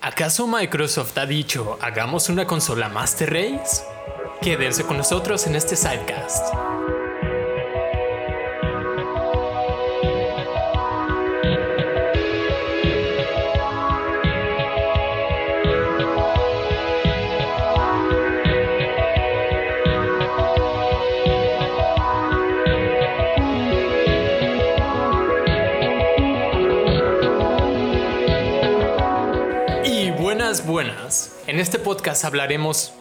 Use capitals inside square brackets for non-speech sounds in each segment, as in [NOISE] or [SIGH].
¿Acaso Microsoft ha dicho hagamos una consola Master Race? Quédense con nosotros en este sidecast. Y buenas, buenas. En este podcast hablaremos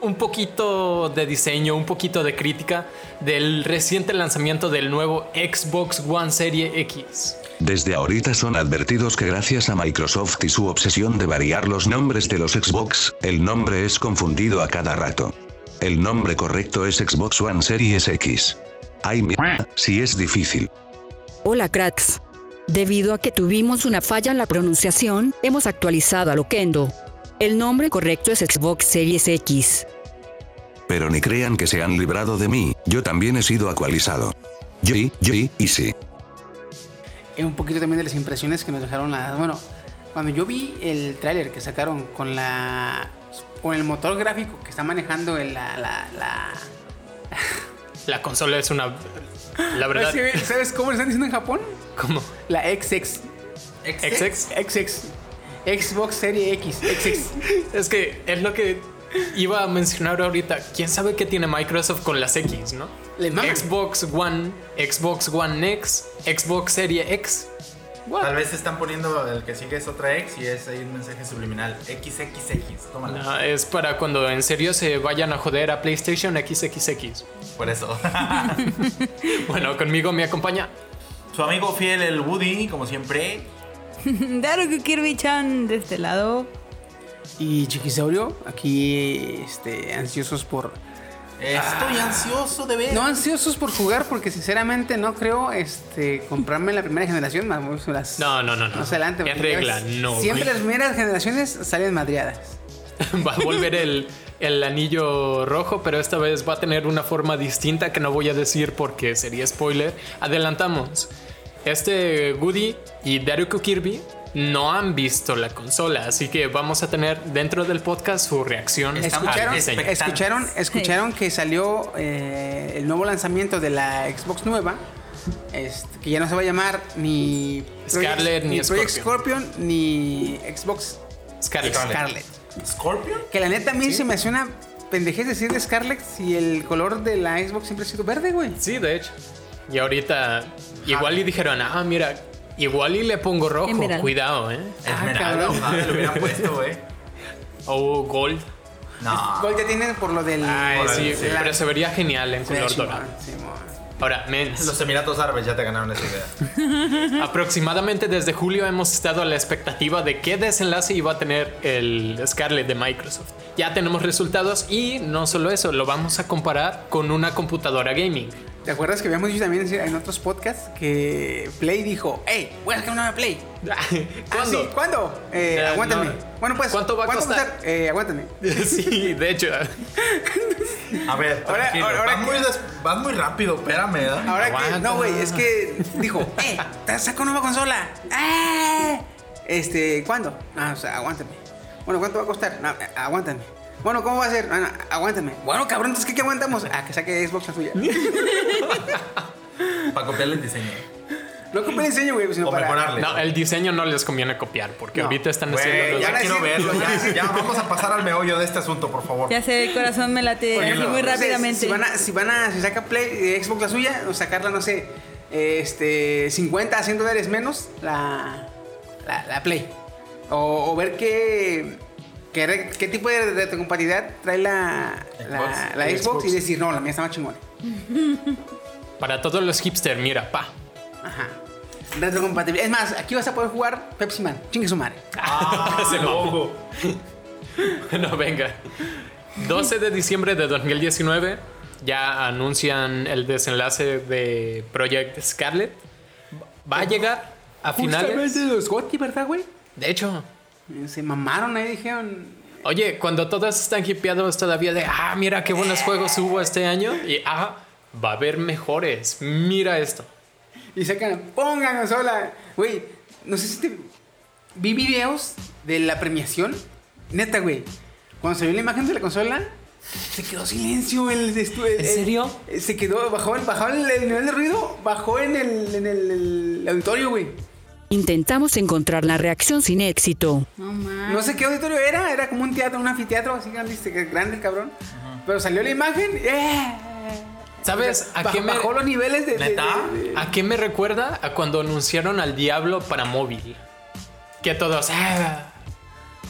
un poquito de diseño, un poquito de crítica del reciente lanzamiento del nuevo Xbox One Serie X. Desde ahorita son advertidos que gracias a Microsoft y su obsesión de variar los nombres de los Xbox, el nombre es confundido a cada rato. El nombre correcto es Xbox One Series X. Ay, mi... si es difícil. Hola cracks. Debido a que tuvimos una falla en la pronunciación, hemos actualizado a Loquendo. El nombre correcto es Xbox Series X. Pero ni crean que se han librado de mí, yo también he sido actualizado. Yo, yo, y sí. eh, un poquito también de las impresiones que nos dejaron las. Bueno, cuando yo vi el tráiler que sacaron con la. con el motor gráfico que está manejando el- la. la, la- La consola es una... La verdad, ¿Sabes- ¿Sabes cómo le están diciendo en Japón? como... La XX. XX. XX. Xbox Serie X. [LAUGHS] XX. Es que es lo que iba a mencionar ahorita. ¿Quién sabe qué tiene Microsoft con las X, no? Les maman. Xbox One, Xbox One X, Xbox Serie X. Tal vez te están poniendo el que sigue es otra X y es ahí un mensaje subliminal. XXX, tómala. No, Ah, es para cuando en serio se vayan a joder a PlayStation XXX. Por eso. [LAUGHS] Bueno, conmigo me acompaña. Su amigo fiel, el Woody, como siempre. Daruku Kirby-chan de este lado. Y Chiquisaurio, aquí este, ansiosos por. Estoy ansioso de ver. No ansiosos por jugar porque sinceramente no creo este comprarme la primera generación más vamos a las No, no, no, no. más adelante. Es porque ya regla, ves, no, Siempre güey. las primeras generaciones salen madriadas. [LAUGHS] Va a volver el, el anillo rojo, pero esta vez va a tener una forma distinta que no voy a decir porque sería spoiler. Adelantamos. Este Goody y Daruku Kirby no han visto la consola, así que vamos a tener dentro del podcast su reacción. al Escucharon, diseño. expectantes. escucharon, escucharon que salió eh, el nuevo lanzamiento de la Xbox nueva. este, que ya no se va a llamar ni Scarlet, ni Project Scorpion. Scorpion ni Xbox Scarlett. Scarlet. ¿Scorpion? Que la neta a mí se me hace una pendejez decir de Scarlet si el color de la Xbox siempre ha sido verde, güey. Sí, de hecho. Y ahorita igual y dijeron, ah, mira, igual y le pongo rojo. Emerald. Cuidado, ¿eh? Ah, Esmeralda, cabrón. ojalá lo hubieran puesto, güey. O Oh, gold. [LAUGHS] No. Gol ya tiene por lo del. Ay, por sí, el- la- pero se vería genial en se ve color chingón, dorado. Simón. Ahora, mens. Los Emiratos Árabes ya te ganaron esa idea. Aproximadamente desde julio hemos estado a la expectativa de qué desenlace iba a tener el Scarlett de Microsoft. Ya tenemos resultados y no solo eso, lo vamos a comparar con una computadora [LAUGHS] gaming. ¿Te acuerdas que habíamos dicho también en otros podcasts que Play dijo: Hey, voy a sacar una nueva Play? Ah, sí, ¿Cuándo? ¿Cuándo? Eh, Eh, aguántame. no. Bueno, pues. ¿Cuánto va a costar? Eh, aguántame. [LAUGHS] Sí, de hecho. A ver, Ahora- tranquilo. ahora- ahora vas, que- muy des- vas muy rápido, espérame. ¿eh? Ahora Aguanta. que. No, güey, es que dijo: [LAUGHS] Eh, te saco nueva consola. ¡Ah! Este, ¿cuándo? Ah, o sea, aguántame. Bueno, ¿cuánto va a costar? No, eh, aguántame. Bueno, ¿cómo va a ser? Ah, no, aguántame. Bueno, cabrón, entonces, ¿qué, qué aguantamos? Ah, que saque [LAUGHS] Xbox la suya. Para copiarle el diseño. No compré diseño, güey, sino O para. mejorarle. No, el diseño no les conviene copiar porque No. ahorita están haciendo Güey, los- ya quiero Ahora sí. verlo. Ya, ya, vamos a pasar al meollo de este asunto, por favor. Ya sé, el corazón me late Por así ejemplo, muy No sé, rápidamente. Si van a, si van a, si saca Play, eh, Xbox la suya, o sacarla, no sé, este, 50 a 100 dólares menos la, la, la Play. O, o ver qué, qué, re- qué tipo de retrocompatibilidad trae la, la, Xbox. la El Xbox, Xbox. y decir, no, la mía está más chingona. Para todos los hipster, mira, pa. Ajá. Retrocompatibilidad. Es más, aquí vas a poder jugar Pepsi Man. Chingue su madre. Ah, [LAUGHS] Se mamó. No, venga. 12 de diciembre de 2019 ya anuncian el desenlace de Project Scarlet. Va a llegar a finales. de los GOTY, ¿verdad, güey? Eh, De hecho, Se mamaron ahí, dijeron. oye, cuando todos están hipeados todavía de, ah, mira qué buenos juegos hubo este año y, ah, va a haber mejores. Mira esto. Y sacan, pónganos sola. Güey, no sé si te. vi videos de la premiación. Neta, güey. Cuando salió la imagen de la consola, se quedó silencio el estu- el- ¿En el- serio? eh, Se quedó, bajó, bajó el, el nivel de ruido, bajó en el, en el- el auditorio, güey. Intentamos encontrar la reacción sin éxito. No mames. No sé qué auditorio era, era como un teatro, un anfiteatro así grande, este, grande cabrón. Pero salió la imagen, ¡eh! ¿Sabes a Bajó- qué me- bajó los niveles de. de- ¿Neta? de- de- ¿A qué me recuerda? A cuando anunciaron al Diablo para móvil. Que todos. "Ah".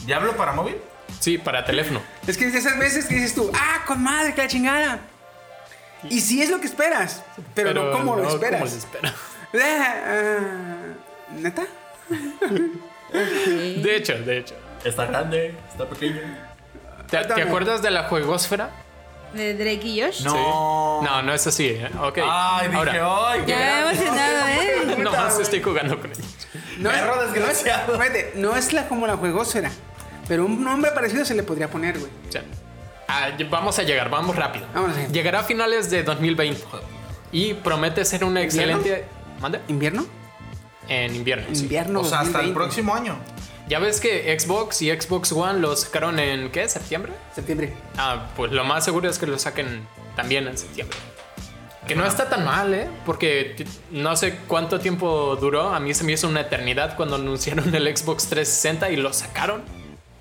¿Diablo para móvil? Sí, para teléfono. Es que es de esas veces que dices tú, ¡ah, con madre, que la chingada! Y sí es lo que esperas, pero, no como lo no esperas. como se espera. Ah, ah, ¿Neta? De hecho, de hecho. Está grande, está pequeño. ¿Te, te Cuéntame. acuerdas de la juegosfera? ¿De Drake y Josh? No. Sí. No, no es así. ¿eh? Ok. Ay, dije, Ahora, "Oh, ay, Ya me había emocionado, ¿eh? [LAUGHS] no más estoy jugando con ella. No es, Perro no es, desgraciado. fíjate, no es la, como la juegosfera, pero un nombre parecido se le podría poner, güey. O sea, ah, vamos a llegar, vamos rápido. Vamos a- Llegará a finales de 2020 y promete ser una ¿Invierno? excelente. ¿Mande? ¿Invierno? En invierno. sí. Invierno. O sea, hasta el 2020. próximo año. Ya ves que Xbox y Xbox One los sacaron en ¿qué? ¿Septiembre? Septiembre. Ah, pues lo más seguro es que lo saquen también en septiembre. Que no está tan mal, ¿eh? Porque t- no sé cuánto tiempo duró. A mí se me hizo una eternidad cuando anunciaron el Xbox 360 y lo sacaron.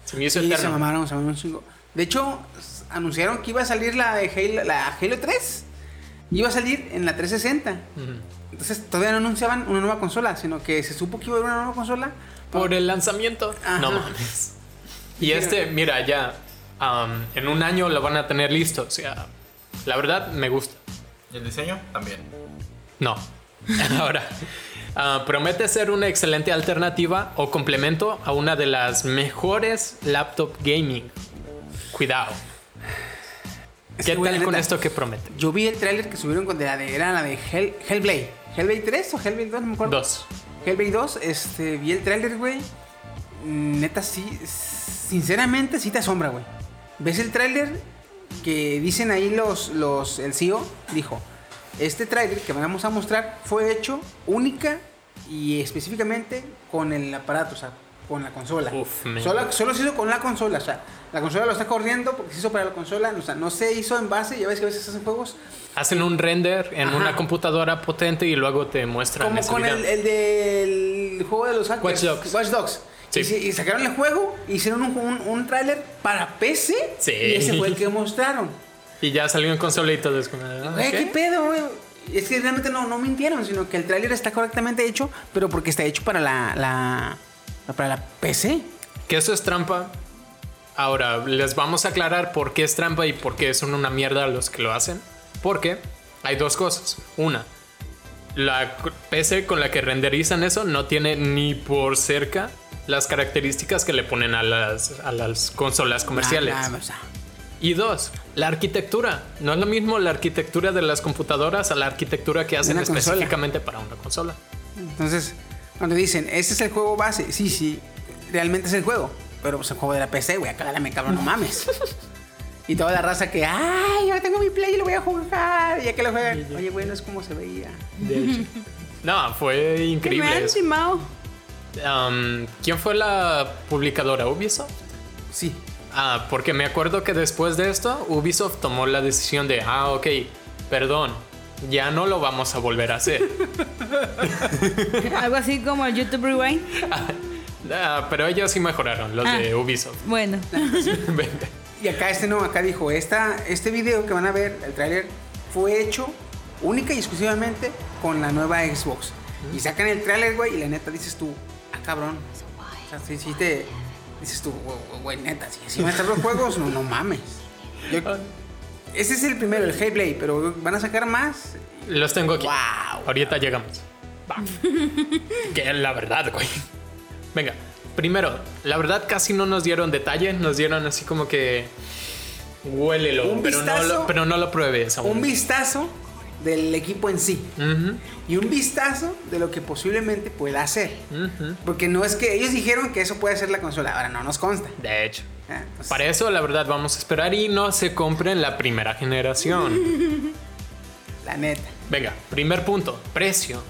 Se me hizo Sí, se eterno. mamaron, se mamaron un chingo. De hecho, s- anunciaron que iba a salir la de Halo, la Halo 3. Y iba a salir en la 360. Entonces todavía no anunciaban una nueva consola, sino que se supo que iba a haber una nueva consola. Por el lanzamiento. Ajá. No mames. Y este, mira, ya am, en un año lo van a tener listo. O sea, la verdad me gusta. ¿Y el diseño? También. No. [LAUGHS] Ahora, ah, promete ser una excelente alternativa o complemento a una de las mejores laptop gaming. Cuidado. Es ¿Qué que, güey, tal la con neta, esto que promete? Yo vi el tráiler que subieron con de la de, era la de Hell- Hellblade. ¿Hellblade 3 o Hellblade 2? No me acuerdo. Dos. Hellblade 2, este, vi el tráiler, güey. Neta, sí, sinceramente sí te asombra, güey. ¿Ves el tráiler que dicen ahí los, los, el CEO? Dijo, este tráiler que vamos a mostrar fue hecho única y específicamente con el aparato, o sea, con la consola. Uf, men. solo, solo se hizo con la consola, o sea, la consola lo está corriendo porque se hizo para la consola, o sea, no se hizo en base, ya ves que a veces hacen juegos Hacen un render en Ajá. una computadora potente y luego te muestran Como ese con video. el, el del juego de los hackers. Watch Dogs. Watch Dogs. Sí. Y, se- y sacaron el juego, hicieron un, un, un tráiler para PC. Sí. Y ese fue el [LAUGHS] que mostraron. Y ya salió en consola y todo es como, ah, Güey, ¿qué? ¿qué pedo, güey? Es que realmente no, no mintieron, sino que el tráiler está correctamente hecho, pero porque está hecho para la, la- para la PC. Que eso es trampa. Ahora, les vamos a aclarar por qué es trampa y por qué son una mierda los que lo hacen. Porque hay dos cosas. Una, la c- PC con la que renderizan eso no tiene ni por cerca las características que le ponen a las, a las consolas comerciales. Ah, ah, o sea, Y dos, la arquitectura. No es lo mismo la arquitectura de las computadoras a la arquitectura que hacen Una consola. específicamente para una [LAUGHS] consola. entonces, cuando dicen, este es el juego base, sí, sí, realmente es el juego. Pero pues el juego de la PC, güey, aclárame, cabrón, no mames. Y toda la raza que, ay, yo tengo mi play y lo voy a jugar. Y ya que lo juegan, oye, güey, no es como se veía. No, fue Qué increíble. mal, eso. Simao. Um, ¿Quién fue la publicadora? ¿Ubisoft? Sí. Ah, porque me acuerdo que después de esto, Ubisoft tomó la decisión de, ah, ok, perdón, ya no lo vamos a volver a hacer. [LAUGHS] Algo así como el YouTube Rewind. Ah, pero ellos sí mejoraron, los Ah. de Ubisoft. [LAUGHS] Bueno, Vente. Y acá este no, acá dijo, esta, este video que van a ver, el tráiler, fue hecho única y exclusivamente con la nueva Xbox. Y sacan el tráiler, güey, y la neta dices tú, ah, cabrón. O sea, sí, sí te... Dices tú, "Güey, güey, güey, neta, si así van a estar los juegos, no, no mames. Yo- Ah. ese es el primero, el Hellblade, pero van a sacar más. los tengo aquí. Wow. Ahorita llegamos. Va. que es la verdad, güey. Venga, primero, la verdad casi no nos dieron detalle, nos dieron así como que... Huélelo, Un pero, no vistazo. lo, pero no lo pruebes aún. Un vistazo del equipo en sí. Ujú, Y un vistazo de lo que posiblemente pueda hacer. ujú. Porque no es que ellos dijeron que eso puede hacer la consola, ahora no nos consta. De hecho. Ah, entonces- Para eso, la verdad, vamos a esperar y no se compren la primera generación. La neta. Venga, primer punto, precio.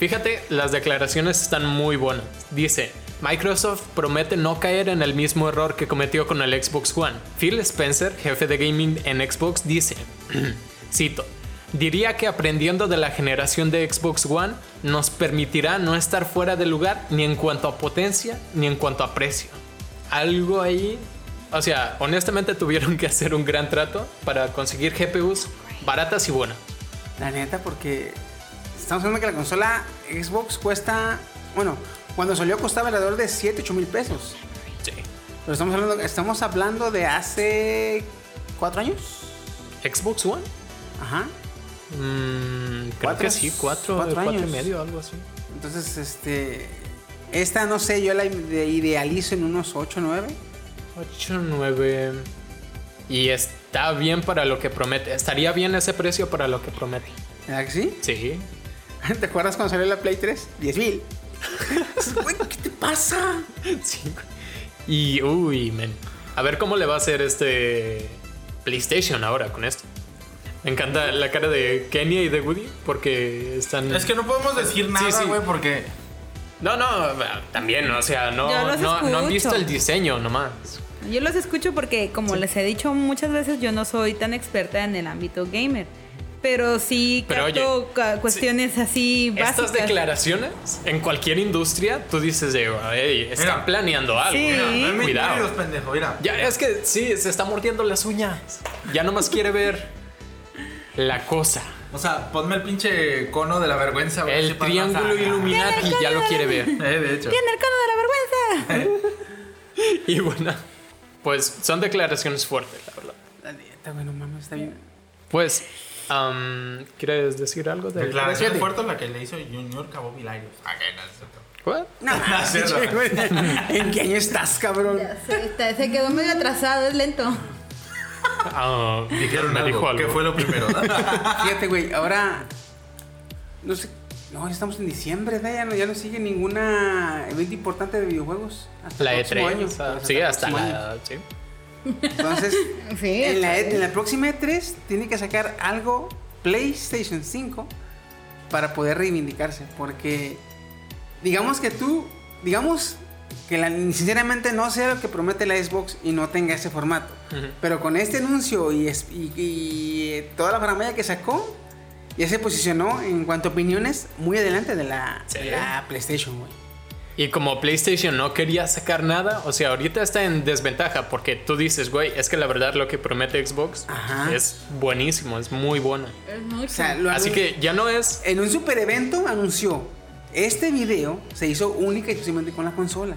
Fíjate, las declaraciones están muy buenas. Dice, Microsoft promete no caer en el mismo error que cometió con el Xbox One. Phil Spencer, jefe de gaming en Xbox, dice, [CLEARS THROAT] cito, diría que aprendiendo de la generación de Xbox One nos permitirá no estar fuera de lugar ni en cuanto a potencia ni en cuanto a precio. Algo ahí... O sea, honestamente tuvieron que hacer un gran trato para conseguir GPUs baratas y buenas. La neta, porque estamos hablando que la consola Xbox cuesta, bueno, cuando salió costaba alrededor de 7, 8 mil pesos. Sí. Pero estamos hablando, estamos hablando de hace 4 años. ¿Xbox One? Ajá. Mm, creo Cuatro- que sí, cuatro, cuatro cuatro, años. y medio, algo así. Entonces, este. Esta, no sé, yo la ide- idealizo en unos 8, 9. Ocho, nueve. Y está bien para lo que promete. Estaría bien ese precio para lo que promete. ¿Verdad que sí? [LAUGHS] Sí. ¿Te acuerdas cuando salió la Play 3? 10 mil. [LAUGHS] Güey, ¿Qué te pasa? [LAUGHS] sí. Y, uy, men. A ver cómo le va a hacer este PlayStation ahora con esto. Me encanta la cara de Kenya y de Woody porque están... Es que no podemos decir nada, sí. güey, porque. No, no, también, o sea, no, Yo los no, no han escucho. visto el diseño nomás. Yo los escucho porque, como les he dicho muchas veces, yo no soy tan experta en el ámbito gamer. Pero sí Pero capto oye, ca- cuestiones así básicas. Estas declaraciones en cualquier industria, tú dices, de, "Ey, están Mira. planeando algo. Sí. Mira, no me Cuidado. los pendejos, mira. Ya es que sí, se está mordiendo las uñas. Ya nomás quiere ver la cosa. O sea, ponme el pinche cono de la vergüenza, güey. así El para triángulo avanzar. Illuminati ya lo quiere ver. [LAUGHS] [LAUGHS] Eh, de hecho. ¡Tiene el cono de la vergüenza! Y bueno, pues son declaraciones fuertes, la verdad. La neta, güey, no mames, está bien. Pues, am, ¿quieres decir algo de Declaración Fíjate. fuerte la que le hizo Junior Cabo Vilarios. Ah, que no es cierto. What? No, es cierto. pinche güey, ¿En qué año estás, cabrón? Se, quedó medio atrasado, es lento. Ah, Dijeron me dijo algo. ¿Qué fue [LAUGHS] lo primero? Fíjate, güey, ahora. No sé. No, ya estamos en diciembre, ¿verdad? Ya no, ya no sigue ninguna evento importante de videojuegos. Hasta La el próximo E3. año. Pues, o sea, Hasta sí, el hasta próximo año. la. sí. Entonces, Sí, en, la, está E- en la próxima E3 tiene que sacar algo PlayStation 5 para poder reivindicarse. Porque, digamos que tú, digamos que la- sinceramente no sea lo que promete la Xbox y no tenga ese formato. Ujú. Pero con este anuncio y, es- y- y toda la faramaya que sacó, ya se posicionó en cuanto a opiniones muy adelante de la, de Sí. la PlayStation, güey. Y como PlayStation no quería sacar nada, o sea, ahorita está en desventaja porque tú dices, güey, es que la verdad lo que promete Xbox Ajá. es buenísimo, es muy bueno. Es mucho. O sea, lo Así anun- que ya no es. En un super evento anunció, este video se hizo única y exclusivamente con la consola.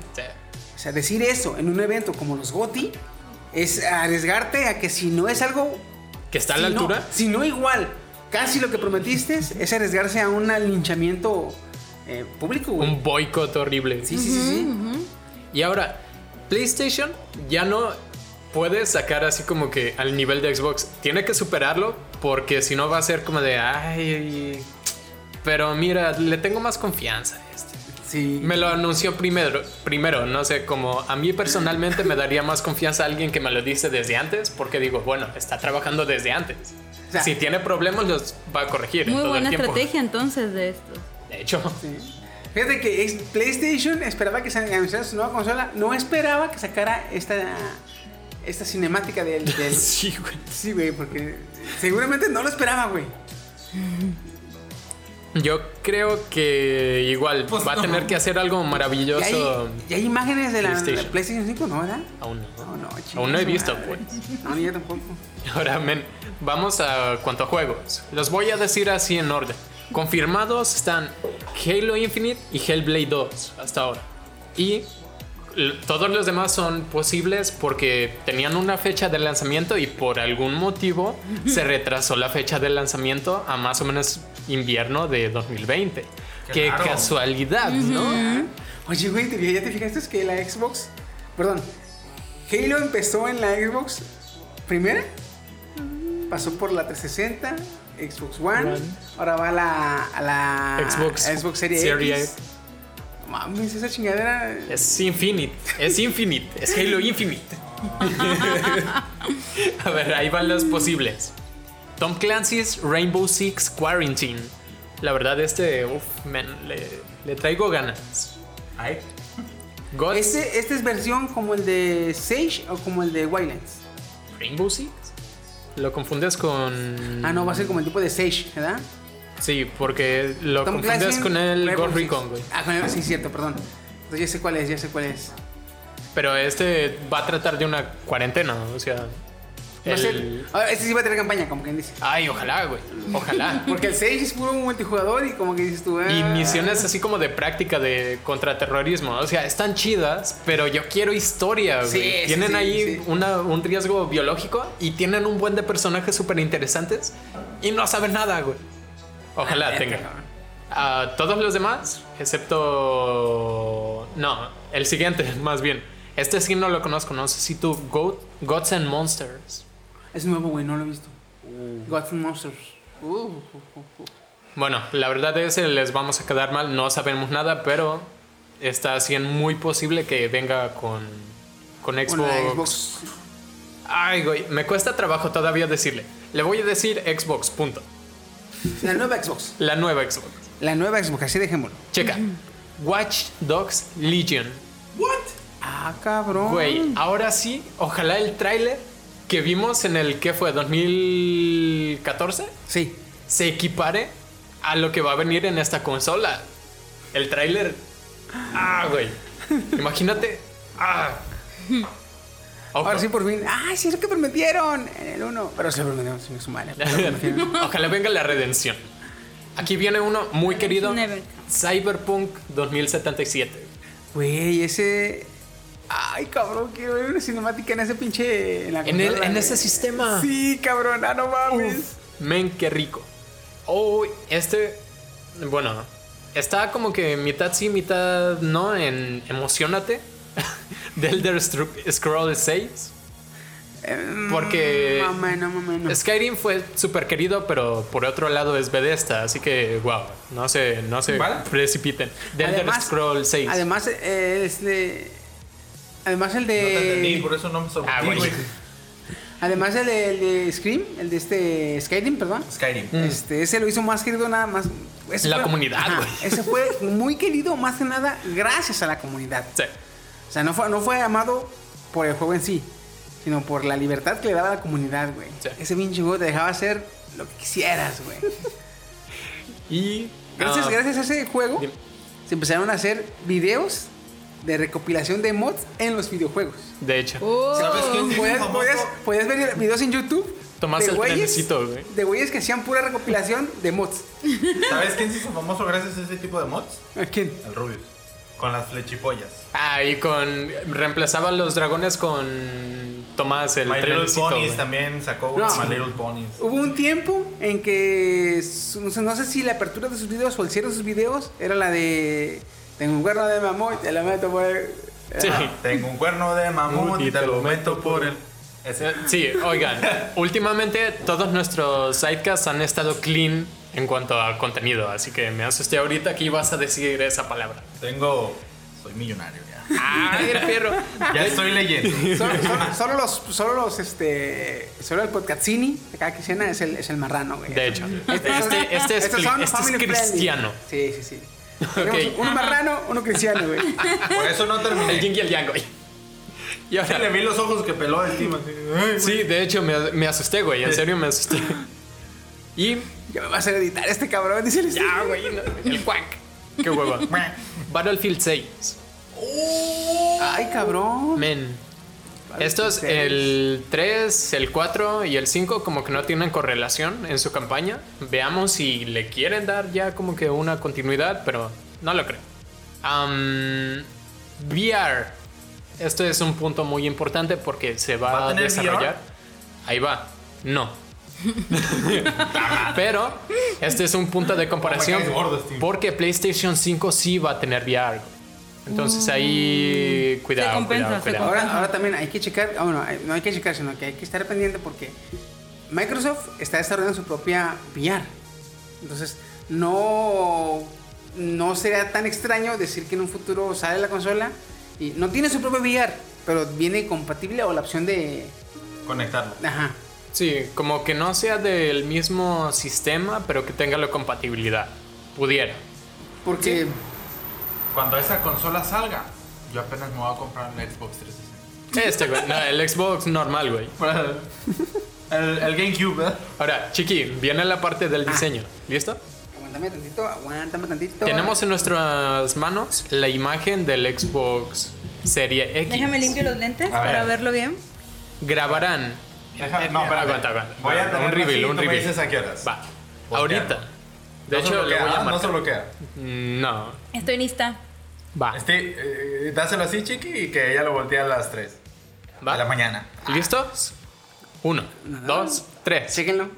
O sea, decir eso en un evento como los GOTI es arriesgarte a que si no es algo... Que está a la si no- altura. si no igual, casi lo que prometiste, es arriesgarse a un linchamiento eh, público, güey. Un boicot horrible. Sí, sí, sí, sí. Y ahora, PlayStation ya no puede sacar así como que al nivel de Xbox. Tiene que superarlo porque si no va a ser como de, ay, pero mira, le tengo más confianza a este. Sí. Me lo anunció primero, primero, no sé, como a mí personalmente me daría más confianza alguien que me lo dice desde antes, porque digo, bueno, está trabajando desde antes. O sea- si tiene problemas los va a corregir. en Muy todo buena el tiempo. estrategia entonces de esto. De hecho, Fíjate que es- PlayStation esperaba que se anunciara su nueva consola, no esperaba que sacara esta, esta cinemática del... [LAUGHS] del- sí, güey. sí, güey, porque seguramente no lo esperaba, güey. Yo creo que igual Pues va a no. tener que hacer algo ¿Y hay, maravilloso. y hay imágenes de la, la PlayStation. PlayStation 5? ¿No, verdad? Aún No, no. no, chinga Aún no he su visto, madre. pues. No, ni yo tampoco. [LAUGHS] Ahora, men, vamos a cuanto a juegos. Los voy a decir así en orden. Confirmados están Halo Infinite y Hellblade 2 hasta ahora. Y l- todos los demás son posibles porque tenían una fecha de lanzamiento y por algún motivo [LAUGHS] se retrasó la fecha de lanzamiento a más o menos invierno de 2020. Qué Qué raro. casualidad, ¿no? Oye, güey, ¿te- ¿ya te fijaste es que la Xbox. Perdón. Halo empezó en la Xbox primera. Pasó por la 360, Xbox One. One. Ahora va a la, a la Xbox, Ah, Xbox Series Serie X. Mames, esa chingadera. Es Infinite, es Infinite, es Halo [LAUGHS] Infinite. A ver, ahí van los posibles. Tom Clancy's Rainbow Six Quarantine. La verdad, este, uff, le, le traigo ganas. Ay. God- Este, este es versión como el de Sage o como el de Wildlands. Rainbow Six. Lo confundes con. Ah, no, va a ser como el tipo de Sage, ¿verdad? Sí, porque lo Tom confundes Clancy, con el Rainbow Ghost Six. Recon, güey. Ah, con el- sí, cierto, perdón. Entonces ya sé cuál es, ya sé cuál es. Pero este va a tratar de una cuarentena, o sea. Va a el- ser- ahora, este sí va a tener campaña, como quien dice. Ay, ojalá, güey. Ojalá. Porque el Sage es puro multijugador y como que dices tú. ah. Y misiones así como de práctica de contraterrorismo. O sea, están chidas, pero yo quiero historia, güey. Sí, sí, tienen sí, ahí sí. una- un riesgo biológico y tienen un buen de personajes súper interesantes y no saben nada, güey. Ojalá Ah, neta, tengan. cabrón. A todos los demás, excepto. No, el siguiente, [LAUGHS] más bien. Este sí no lo conozco, no sé si tú. Goat- Gods and Monsters. Es nuevo, güey, no lo he visto. Gods and Monsters. Uh, uh, uh, uh. Bueno, la verdad es que les vamos a quedar mal, no sabemos nada, pero está así en muy posible que venga con, con Xbox. Con la Xbox. Ay, güey, me cuesta trabajo todavía decirle. Le voy a decir Xbox, punto. La nueva Xbox. La nueva Xbox. La nueva Xbox, así dejémoslo. Checa. Watch Dogs Legion. Ah, cabrón. Güey, ahora sí, ojalá el tráiler que vimos en el que fue 2014 Sí. se equipare a lo que va a venir en esta consola. El tráiler. Ah, güey. Imagínate. Ah. Ojo. Ahora sí, por fin. Ah, sí, es lo que prometieron en el 1. Pero se lo prometieron, se me suma. Pero lo [LAUGHS] prometieron. Ojalá venga la redención. Aquí viene uno muy querido. Never. Cyberpunk 2077. Güey, ese. Ay, cabrón, quiero ver una cinemática en ese pinche. En, la En, el- consola, en güey. ese sistema. Sí, cabrón, ah, no mames. Uf, men, qué rico. Oh, este, bueno, está como que mitad sí, mitad no en Emocionate [LAUGHS] de Elder Stru- Scrolls 6. Eh, Porque- Mamá, no, mamá, no. Skyrim fue súper querido, pero por otro lado es Bethesda, así que wow, no se, no se ¿Vale? precipiten. De Elder Scrolls 6. Además, eh, este. Además, el No te de. entendí, por eso no me Ah, sorprendí, güey. güey. además, el de, el de Scream, el de este. Skyrim, perdón. Skyrim. Mm. Este, ese lo hizo más querido nada más. ese La comunidad, ajá, güey. [LAUGHS] Ese fue muy querido más que nada gracias a la comunidad. Sí. O sea, no fue, no fue amado por el juego en sí, sino por la libertad que le daba a la comunidad, güey. Sí. Ese pinche juego te dejaba hacer lo que quisieras, [LAUGHS] güey. Y Gracias, ah, gracias a ese juego dime. se empezaron a hacer videos de recopilación de mods en los videojuegos. De hecho, Oh, ¿Sabes qué? Sí, Podías, famoso. podías- podías ver videos en YouTube. Tomás de el güeyes- trenecito, güey. De güeyes que hacían pura recopilación de mods. ¿Sabes quién se hizo famoso gracias a ese tipo de mods? ¿A quién? El Rubius. Con las flechipollas. ah, y con reemplazaba los dragones con Tomás el My Little trenecito, Ponies güey. también sacó No. unos My Little Ponies. Hubo un tiempo en que su- no sé, no sé si la apertura de sus videos o el cierre de sus videos era la de tengo un cuerno de mamón, te la meto por el-". Sí. Tengo un cuerno de mamut y te lo meto por el. Ese. Eh, Sí, [LAUGHS] oigan, últimamente todos nuestros sidecasts han estado clean en cuanto a contenido, así que me asusté ahorita que ibas a decir esa palabra. Tengo. Soy millonario [LAUGHS] ya. ¡Ay, el perro! Ya estoy [LAUGHS] leyendo. Solo, solo- solo los solo los este solo el podcastini de cada quincena es el es el marrano, güey. De hecho, este, Estos son- este- este es, estos cli- este son es family friendly. cristiano. Sí, sí, sí. Tenemos Ok. Uno marrano, uno cristiano, güey. [LAUGHS] Por eso no El terminé. yin y el yang, güey. Y ahora- Le vi los ojos que peló el Tim. así, "Ay, sí, de hecho, me, me asusté, güey, en serio me asusté. Y Ya me vas a editar este cabrón, dice el ya, güey, no, el cuac. Qué hueva. Battlefield 6. Ay, cabrón. Men. Estos, Battlefield seis. el 3, el 4 y el 5 como que no tienen correlación en su campaña. Veamos si le quieren dar ya como que una continuidad, pero no lo creo. Am, VR. Esto es un punto muy importante porque se va, ¿Va a a, tener desarrollar. VR? Ahí va. [LAUGHS] No. pero este es un punto Oh de comparación caes gordo, este. Steve. porque PlayStation 5 sí va a tener VR. Entonces ahí cuidado, cuidado, compensa, Mm. se cuidado. Ahora, ahora también hay que checar, ah, bueno, hay- no hay que checar, sino que hay que estar pendiente porque Microsoft está desarrollando su propia VR. Entonces, no, no sería tan extraño decir que en un futuro sale la consola y no tiene su propio VR, pero viene compatible o la opción de... Conectarlo. Ajá. Sí, como que no sea del mismo sistema, pero que tenga la compatibilidad. Pudiera. Porque Cuando esa consola salga, Yo apenas me voy a comprar un Xbox 360. Este, güey. No, el Xbox normal, güey. El, el GameCube, Eh, ¿verdad? Ahora, Chiqui, viene la parte Ah. del diseño. ¿Listo? Aguántame tantito, aguántame tantito. Tenemos en nuestras manos la imagen del Xbox Serie X. Déjame limpio los lentes A ver. para verlo bien. Grabarán. Deja- no, eh, espérate. Aguanta, aguanta. Voy a tener un reveal, un Me reveal. dices a qué horas. Va. Voltea. Ahorita. De No se hecho, le bloquea, voy a ah, No se marcar. bloquea. No. Estoy lista. Va. Este, eh, dáselo así, chiqui, y que ella lo voltea a las 3 Va. de la mañana. ¿Listos? Uno, dos, tres. Chéquenlo.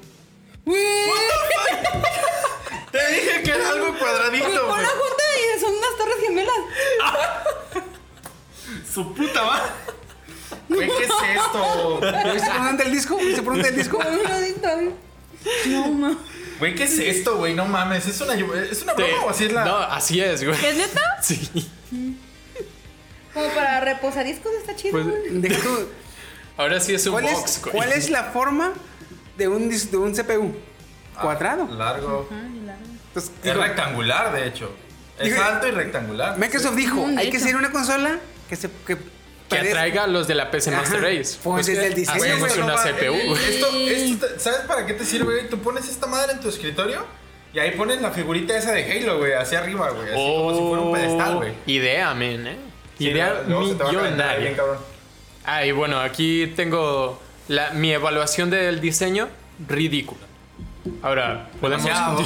Te dije que era algo cuadradito, güey. Una junta y son unas torres gemelas. [LAUGHS] Su puta va. Güey, ¿qué es esto? ¿Viste por dónde el disco? ¿Viste por dónde el disco? Con un rodito. No, ma. Güey, ¿qué es esto, güey? No mames, ¿es una, es una Te- broma o así es la...? No, así es, güey. ¿Es neta? Sí. Como para reposar discos está chido. Pues, güey. [LAUGHS] Deja tú. Ahora sí es un ¿Cuál box, es, güey. cuál es la forma de un, dis- de un CPU? Ah, Cuadrado. Largo. Entonces, Es Pues, digo, rectangular, de hecho. Es Digo- alto y rectangular. Microsoft dijo, Mm, de hay que hecho. hacer una consola que se... Que, Que parezca- atraiga a los de la PC Master Ajá. Race. Pues que desde el diseño, Ah, güey, Hacemos eso una no va- CPU, güey. Esto, esto te- ¿Sabes para qué te sirve, güey? Tú pones esta madre en tu escritorio y ahí pones la figurita esa de Halo, güey, hacia arriba, güey. Así como si fuera un pedestal, güey. Oh, Idea, men, eh. Sí, idea luego se te va a calentar bien, millonaria. cabrón. Ah, y bueno, aquí tengo la- mi evaluación del diseño ridícula. Ahora, podemos. Demasiado.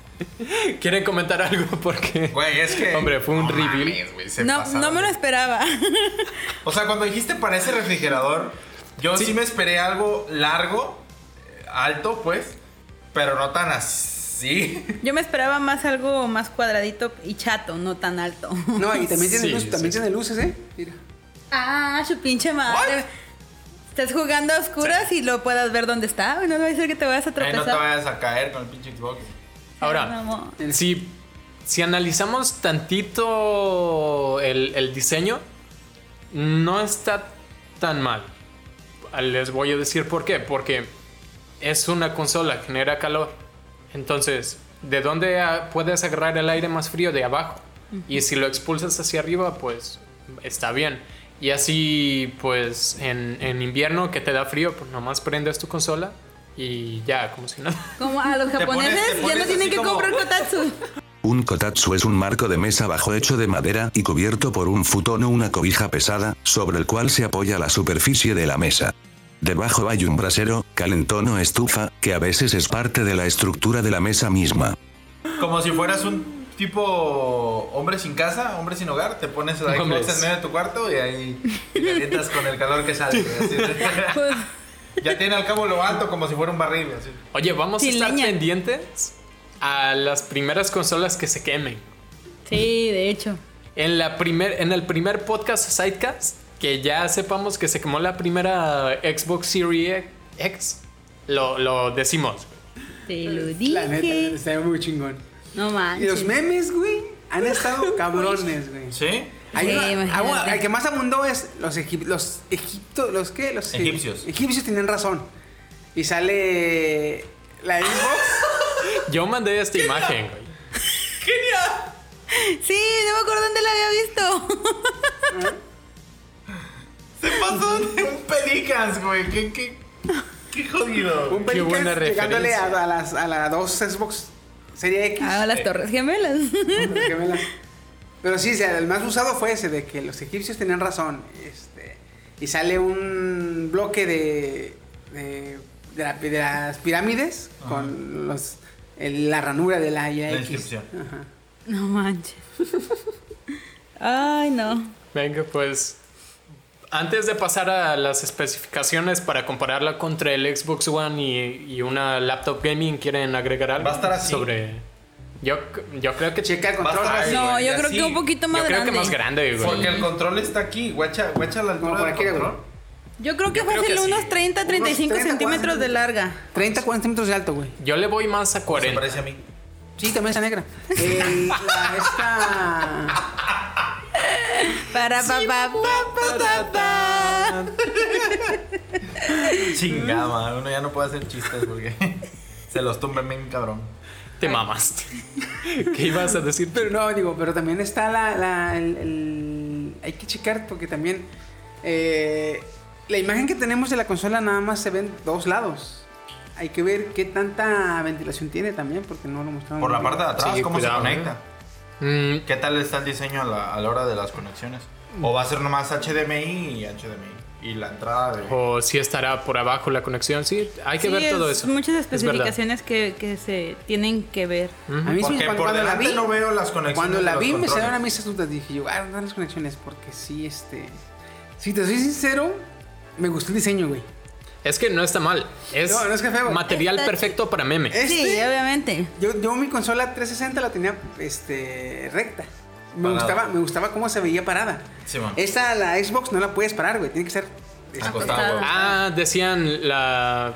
[LAUGHS] ¿Quieren comentar algo? Porque. Güey, es que. Hombre, fue un No reveal. mames, güey, se No, pasaron. no me lo esperaba. [LAUGHS] O sea, cuando dijiste para ese refrigerador, yo sí, me esperé algo largo, eh, alto, pues, pero no tan así. [LAUGHS] Yo me esperaba más algo más cuadradito y chato, no tan alto. No, y también tiene, Sí, luz- sí, también sí. tiene luces, ¿eh? Mira. Ah, su pinche madre. Estás jugando a oscuras y lo puedas ver dónde está. No va a ser que te vayas a Ay, no te tropezar. vayas a caer con el pinche Xbox. Ay, Ahora, mamá. si, si analizamos tantito el, el diseño, no está tan mal. Les voy a decir por qué. Porque es una consola, genera calor. Entonces, ¿de dónde ah, puedes agarrar el aire más frío? De abajo. Y si lo expulsas hacia arriba, pues está bien. Y así, pues en, en invierno que te da frío, pues nomás prendes tu consola y ya, como si nada. Como a los Te pones- te japoneses ya pones no tienen así que como- [LAUGHS] comprar kotatsu. Un kotatsu es un marco de mesa bajo hecho de madera y cubierto por un futón o una cobija pesada, sobre el cual se apoya la superficie de la mesa. Debajo hay un brasero, calentón o estufa, que a veces es parte de la estructura de la mesa misma. Como si fueras un tipo hombre sin casa, hombre sin hogar, te pones la Xbox Hombres. en medio de tu cuarto y ahí te calientas con el calor que sale. güey, así. [LAUGHS] Pues, [LAUGHS] ya tiene al cabo lo alto como si fuera un barril. así. Oye, vamos Sin a estar leña. pendientes a las primeras consolas que se quemen. sí, de hecho. En, la primer, en el primer podcast Sidecast, que ya sepamos que se quemó la primera Xbox Series X, lo, lo decimos. Te lo La neta, dije. Ah, está muy chingón. No Y los manches. memes, güey, han [LAUGHS] estado cabrones, güey. ¿Sí? Hay Sí, una- imagínate. ah, bueno, el que más abundó es los, egip- los egipto, los qué, los egip- Egipcios. Egipcios tienen razón. Y sale la [LAUGHS] Xbox. Yo mandé esta imagen, güey. Sí, no me acuerdo dónde la había [LAUGHS] visto. Se pasó de un pelicans, güey. ¿Qué, qué, qué jodido. Un Qué Pelicans buena llegándole a, referencia. a las a las dos Xbox Serie X. Ah, las torres gemelas. [LAUGHS] pues, Que me la- Pero sí, o sea, el más usado fue ese de que los egipcios tenían razón. Este, y sale un bloque de de, de la- de las pirámides con los el- la ranura de la IA La X. inscripción. Ajá. No manches. Ay, no. Venga, pues. Antes de pasar a las especificaciones para compararla contra el Xbox One y, y una laptop gaming, ¿quieren agregar algo? Va a estar así. Sobre. Yo, yo creo que. Checa el control. Basta, así. eh. No, güey, yo ya creo sí. que un poquito yo más creo grande. que más grande, güey. Porque el control está aquí. Guacha, guacha la altura Como por del aquí, güey. control. Yo creo que Yo creo fácil que sí. unos 30, 35 30, centímetros de 40. larga. 30, 40 metros de alto, güey. Yo le voy más a Se 40. parece a mí. Sí, también está [LAUGHS] negra. El- la- esta. Para pa, pa, pa, pa, pa. Chingada, [LAUGHS] madre, uno ya no puede hacer chistes porque [LAUGHS] se los tumben bien cabrón. Te mamaste. [LAUGHS] ¿Qué ibas a decir? Pero no, digo, pero también está la, la- el, el- hay que checar porque también eh, la imagen que tenemos de la consola nada más se ven dos lados. Hay que ver qué tanta ventilación tiene también porque no lo mostraron. Por la en parte de atrás, Sí, ¿cómo cuidado, se conecta? Mm, ¿Qué tal está el diseño a la, a la hora de las conexiones? ¿O va a ser nomás HDMI y HDMI? Y la entrada de... o si estará por abajo la conexión. Sí, hay que Sí, ver todo es eso. Muchas Es verdad. especificaciones que, que se tienen que ver. A mí sí, Porque cuando, por cuando la delante vi, no veo las conexiones cuando de la los vi me controles. salieron a mis dudas. Dije yo, ah, no las conexiones porque sí, este... Si te soy sincero, me gustó el diseño, güey. Es que no está mal. Es, No, no es que feo. material Está Eh, perfecto para meme. Este- Sí, obviamente. Yo, yo mi consola 360 la tenía este, recta. Me Parada. gustaba, me gustaba cómo se veía parada. Sí, man. Esta, la Xbox, no la puedes parar, güey. Tiene que ser. este, Acostado. Acostado. Ah, decían la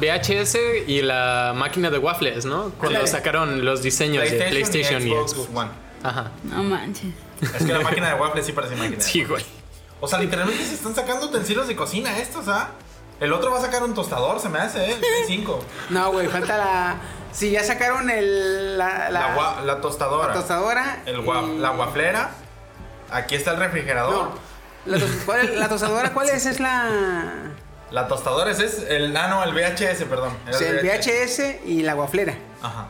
VHS y la máquina de waffles, ¿no? Cuando Ándale. sacaron los diseños de PlayStation y Xbox Xbox. One. Ajá. No manches. Es que la máquina de waffles sí parece máquina. de Sí, güey. O sea, literalmente se están sacando utensilios de cocina estos, ¿ah? El otro va a sacar un tostador, se me hace, ¿eh? El Play 5. No, güey, falta la. Si ya sacaron el, la, La, la, gua- la tostadora. la tostadora. El gua- y- La guaflera. Aquí está el refrigerador. No. La, tos- ¿cuál es- la tostadora, ¿cuál es? Es la. La tostadora ese es el. Ah, no, el VHS, perdón. Era o sea, el VHS y la guaflera. Ajá.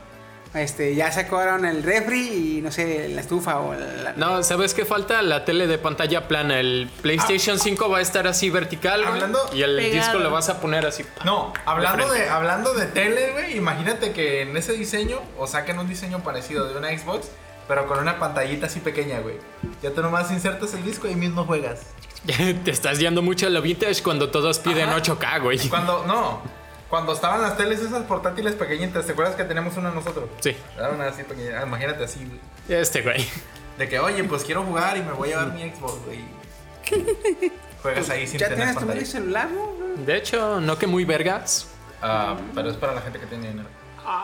Este, ya sacaron el refri y no sé, la estufa o la. No, ¿sabes qué falta? La tele de pantalla plana. El PlayStation 5 va a estar así vertical, güey, Hablando- y el Pegado. disco lo vas a poner así. pa. No, hablando frente. de, hablando de tele, güey, imagínate que en ese diseño, o saquen un diseño parecido de una Xbox, pero con una pantallita así pequeña, güey. Ya tú nomás insertas el disco y mismo juegas. [LAUGHS] Te estás yendo mucho a lo vintage cuando todos piden Ajá. 8K, güey. [LAUGHS] Cuando, no, cuando estaban las teles esas portátiles pequeñitas, ¿te acuerdas que tenemos una nosotros? Sí. Era una así pequeña, ah, imagínate así, güey. Este, güey. De que, oye, pues quiero jugar y me voy a llevar mi [LAUGHS] Xbox, güey. Juegas ahí sin ¿Ya tener tienes tu pantalla. celular, no? De hecho, no que muy vergas. Ah, pero es para la gente que tiene dinero.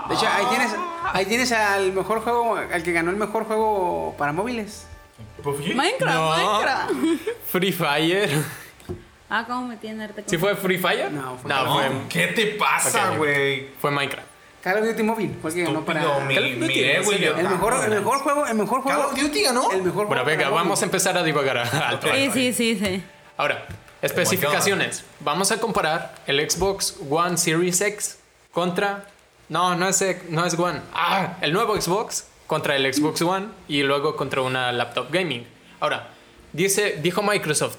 De hecho, ahí tienes, ahí tienes al mejor juego, al que ganó el mejor juego para móviles. ¿PUBG? Minecraft, No. Minecraft. Free Fire. Ah, ¿cómo me tiene harta ¿Sí con- fue Free Fire? No, fue- no, fue, No, ¿Qué te pasa, Ok. güey? fue Minecraft. Call of Duty Móvil fue el que ganó para. Estúpido, Call of mi- Duty, miré, en güey. serio. yo El mejor, el tampoco. mejor juego, el mejor juego. Call of Duty ganó. El mejor Bueno, juego. venga, para vamos a móvil. empezar a divagar a- alto. Sí, sí, sí, sí. Ahora, Oh especificaciones. Vamos a comparar el Xbox One Series X contra... No, no es, X- no es One. Ah, el nuevo Xbox contra el Xbox One y luego contra una laptop gaming. Ahora, dice, dijo Microsoft,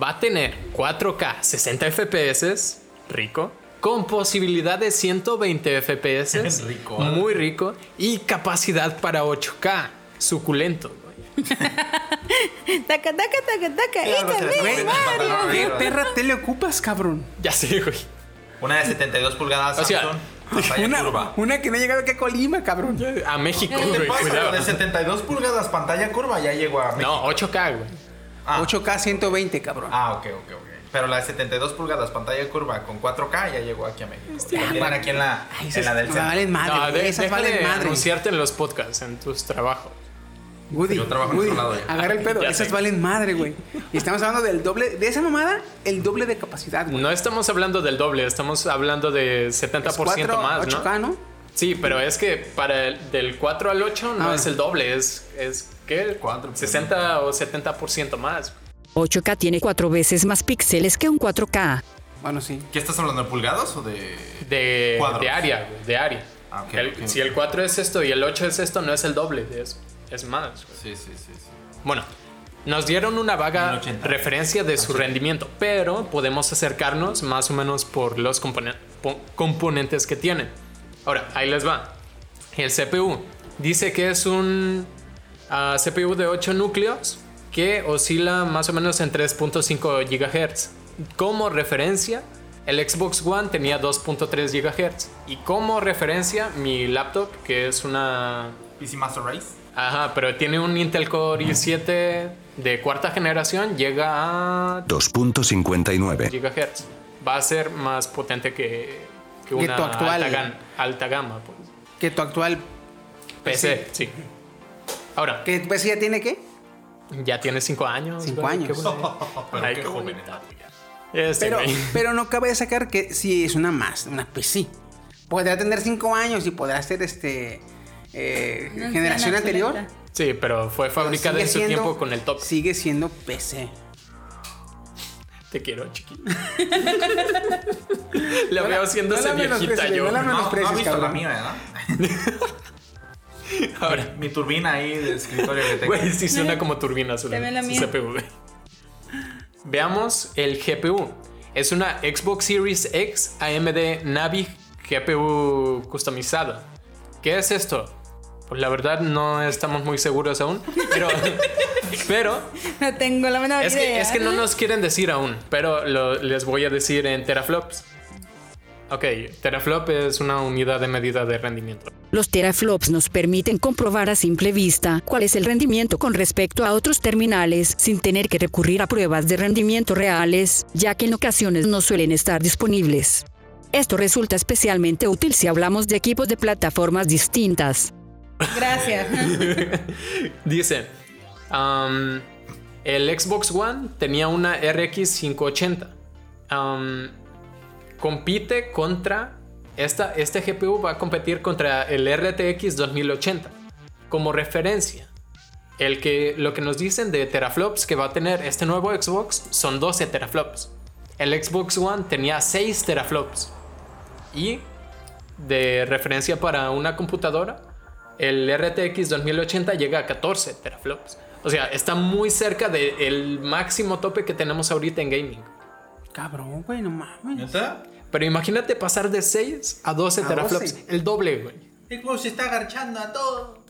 va a tener 4K 60 FPS, rico, con posibilidad de 120 FPS, [LAUGHS] Es rico. ¿eh? muy rico, y capacidad para 8K, suculento. güey. Taca, taca, taca, taca. Claro, Ica, se la mi comen en el Mario. pantalón ¿Qué arriba. perra te le ocupas, cabrón? Ya sé, güey. Una de 72 pulgadas O sea, Samsung. [LAUGHS] pantalla [LAUGHS] Una, curva. una que no ha llegado aquí a Colima, cabrón. A México, ¿Qué te güey. pasa? cuidado. De 72 pulgadas pantalla curva ya llegó a México. No, 8K, güey. Ah. 8K 120, cabrón. Ah, ok, ok, ok. Pero la de 72 pulgadas pantalla curva con 4K ya llegó aquí a México. La tienen aquí en la, Ay, en esas la del centro. valen madre, No, Ah, güey, de, esas deja valen de madre. anunciarte en los podcasts, en tus trabajos. Woody, Yo trabajo en Woody, otro lado ya. agarra el pedo, Ya esas sé. valen madre, güey. Y estamos hablando del doble, de esa mamada, el doble de capacidad, güey. No estamos hablando del doble, estamos hablando de 70% Cuatro, más, ¿no? 8K, ¿no? Sí, pero es que para el- del 4 al 8 no Ah. es el doble, es, es ¿qué? pues, 60 o 70% más. 8K tiene cuatro veces más píxeles que un 4K. Bueno, sí. ¿Qué estás hablando? ¿De pulgadas o de...? De, Cuadros. de área, güey, de área. Ah, ok, El- ok, Si ok. el 4 es esto y el 8 es esto, no es el doble, es, es más. güey. Sí, sí, sí. sí. Bueno, nos dieron una vaga 1080. referencia de su rendimiento, pero podemos acercarnos más o menos por los componen- po- componentes que tiene. Ahora, ahí les va. El CPU dice que es un ah, CPU de 8 núcleos que oscila más o menos en 3.5 GHz. Como referencia, el Xbox One tenía 2.3 GHz. Y como referencia, mi laptop, que es una PC Master Race. Ajá, pero tiene un Intel Core i7 de cuarta generación, llega a 2.59. GHz. Va a ser más potente que, que una tu actual. alta, gan- alta gama, pues. Que tu actual, PC, sí. Ahora, que tu PC ya tiene, Pues ¿qué? ya tiene 5 años. Cinco güey, qué años. bueno. [LAUGHS] Pero Ay, qué qué joven bonito. edad. Este, Pero, güey. pero no cabe sacar que si es una más, una pues, PC. Podrá tener 5 años y podrá ser este eh, Una anciana generación anterior. obsoleta. Sí, pero fue fabricada Sigue en su siendo- tiempo con el top. Sigue siendo PC. Te quiero, [LAUGHS] chiquito. la veo no haciéndose la viejita menosprecies, yo. no la No, no menosprecies, has visto la cabrón. mía, ¿verdad? Ahora, Mi turbina ahí de escritorio [LAUGHS] que tengo. güey, sí suena como turbina su También la su mía. CPU, güey. Veamos el GPU. Es una Xbox Series X AMD Navi GPU customizada. ¿Qué es esto? Pues la verdad no estamos muy seguros aún, [LAUGHS] pero, pero No tengo la menor Es idea. que, es que no nos quieren decir aún, pero lo- les voy a decir en teraflops. Ok, teraflop es una unidad de medida de rendimiento. Los teraflops nos permiten comprobar a simple vista cuál es el rendimiento con respecto a otros terminales sin tener que recurrir a pruebas de rendimiento reales, ya que en ocasiones no suelen estar disponibles. Esto resulta especialmente útil si hablamos de equipos de plataformas distintas. Gracias. Dice, am, el Xbox One tenía una RX 580. Am, Um, compite contra, esta, este GPU va a competir contra el RTX 2080 como referencia. El que, lo que nos dicen de teraflops que va a tener este nuevo Xbox son 12 teraflops. El Xbox One tenía 6 teraflops. Y de referencia para una computadora, el RTX 2080 llega a 14 teraflops. O sea, está muy cerca del máximo tope que tenemos ahorita en gaming. Cabrón, güey, no mames. ¿Neta? Pero imagínate pasar de 6 a 12 A teraflops, 12. el doble, güey. Xbox se está agarchando a todo.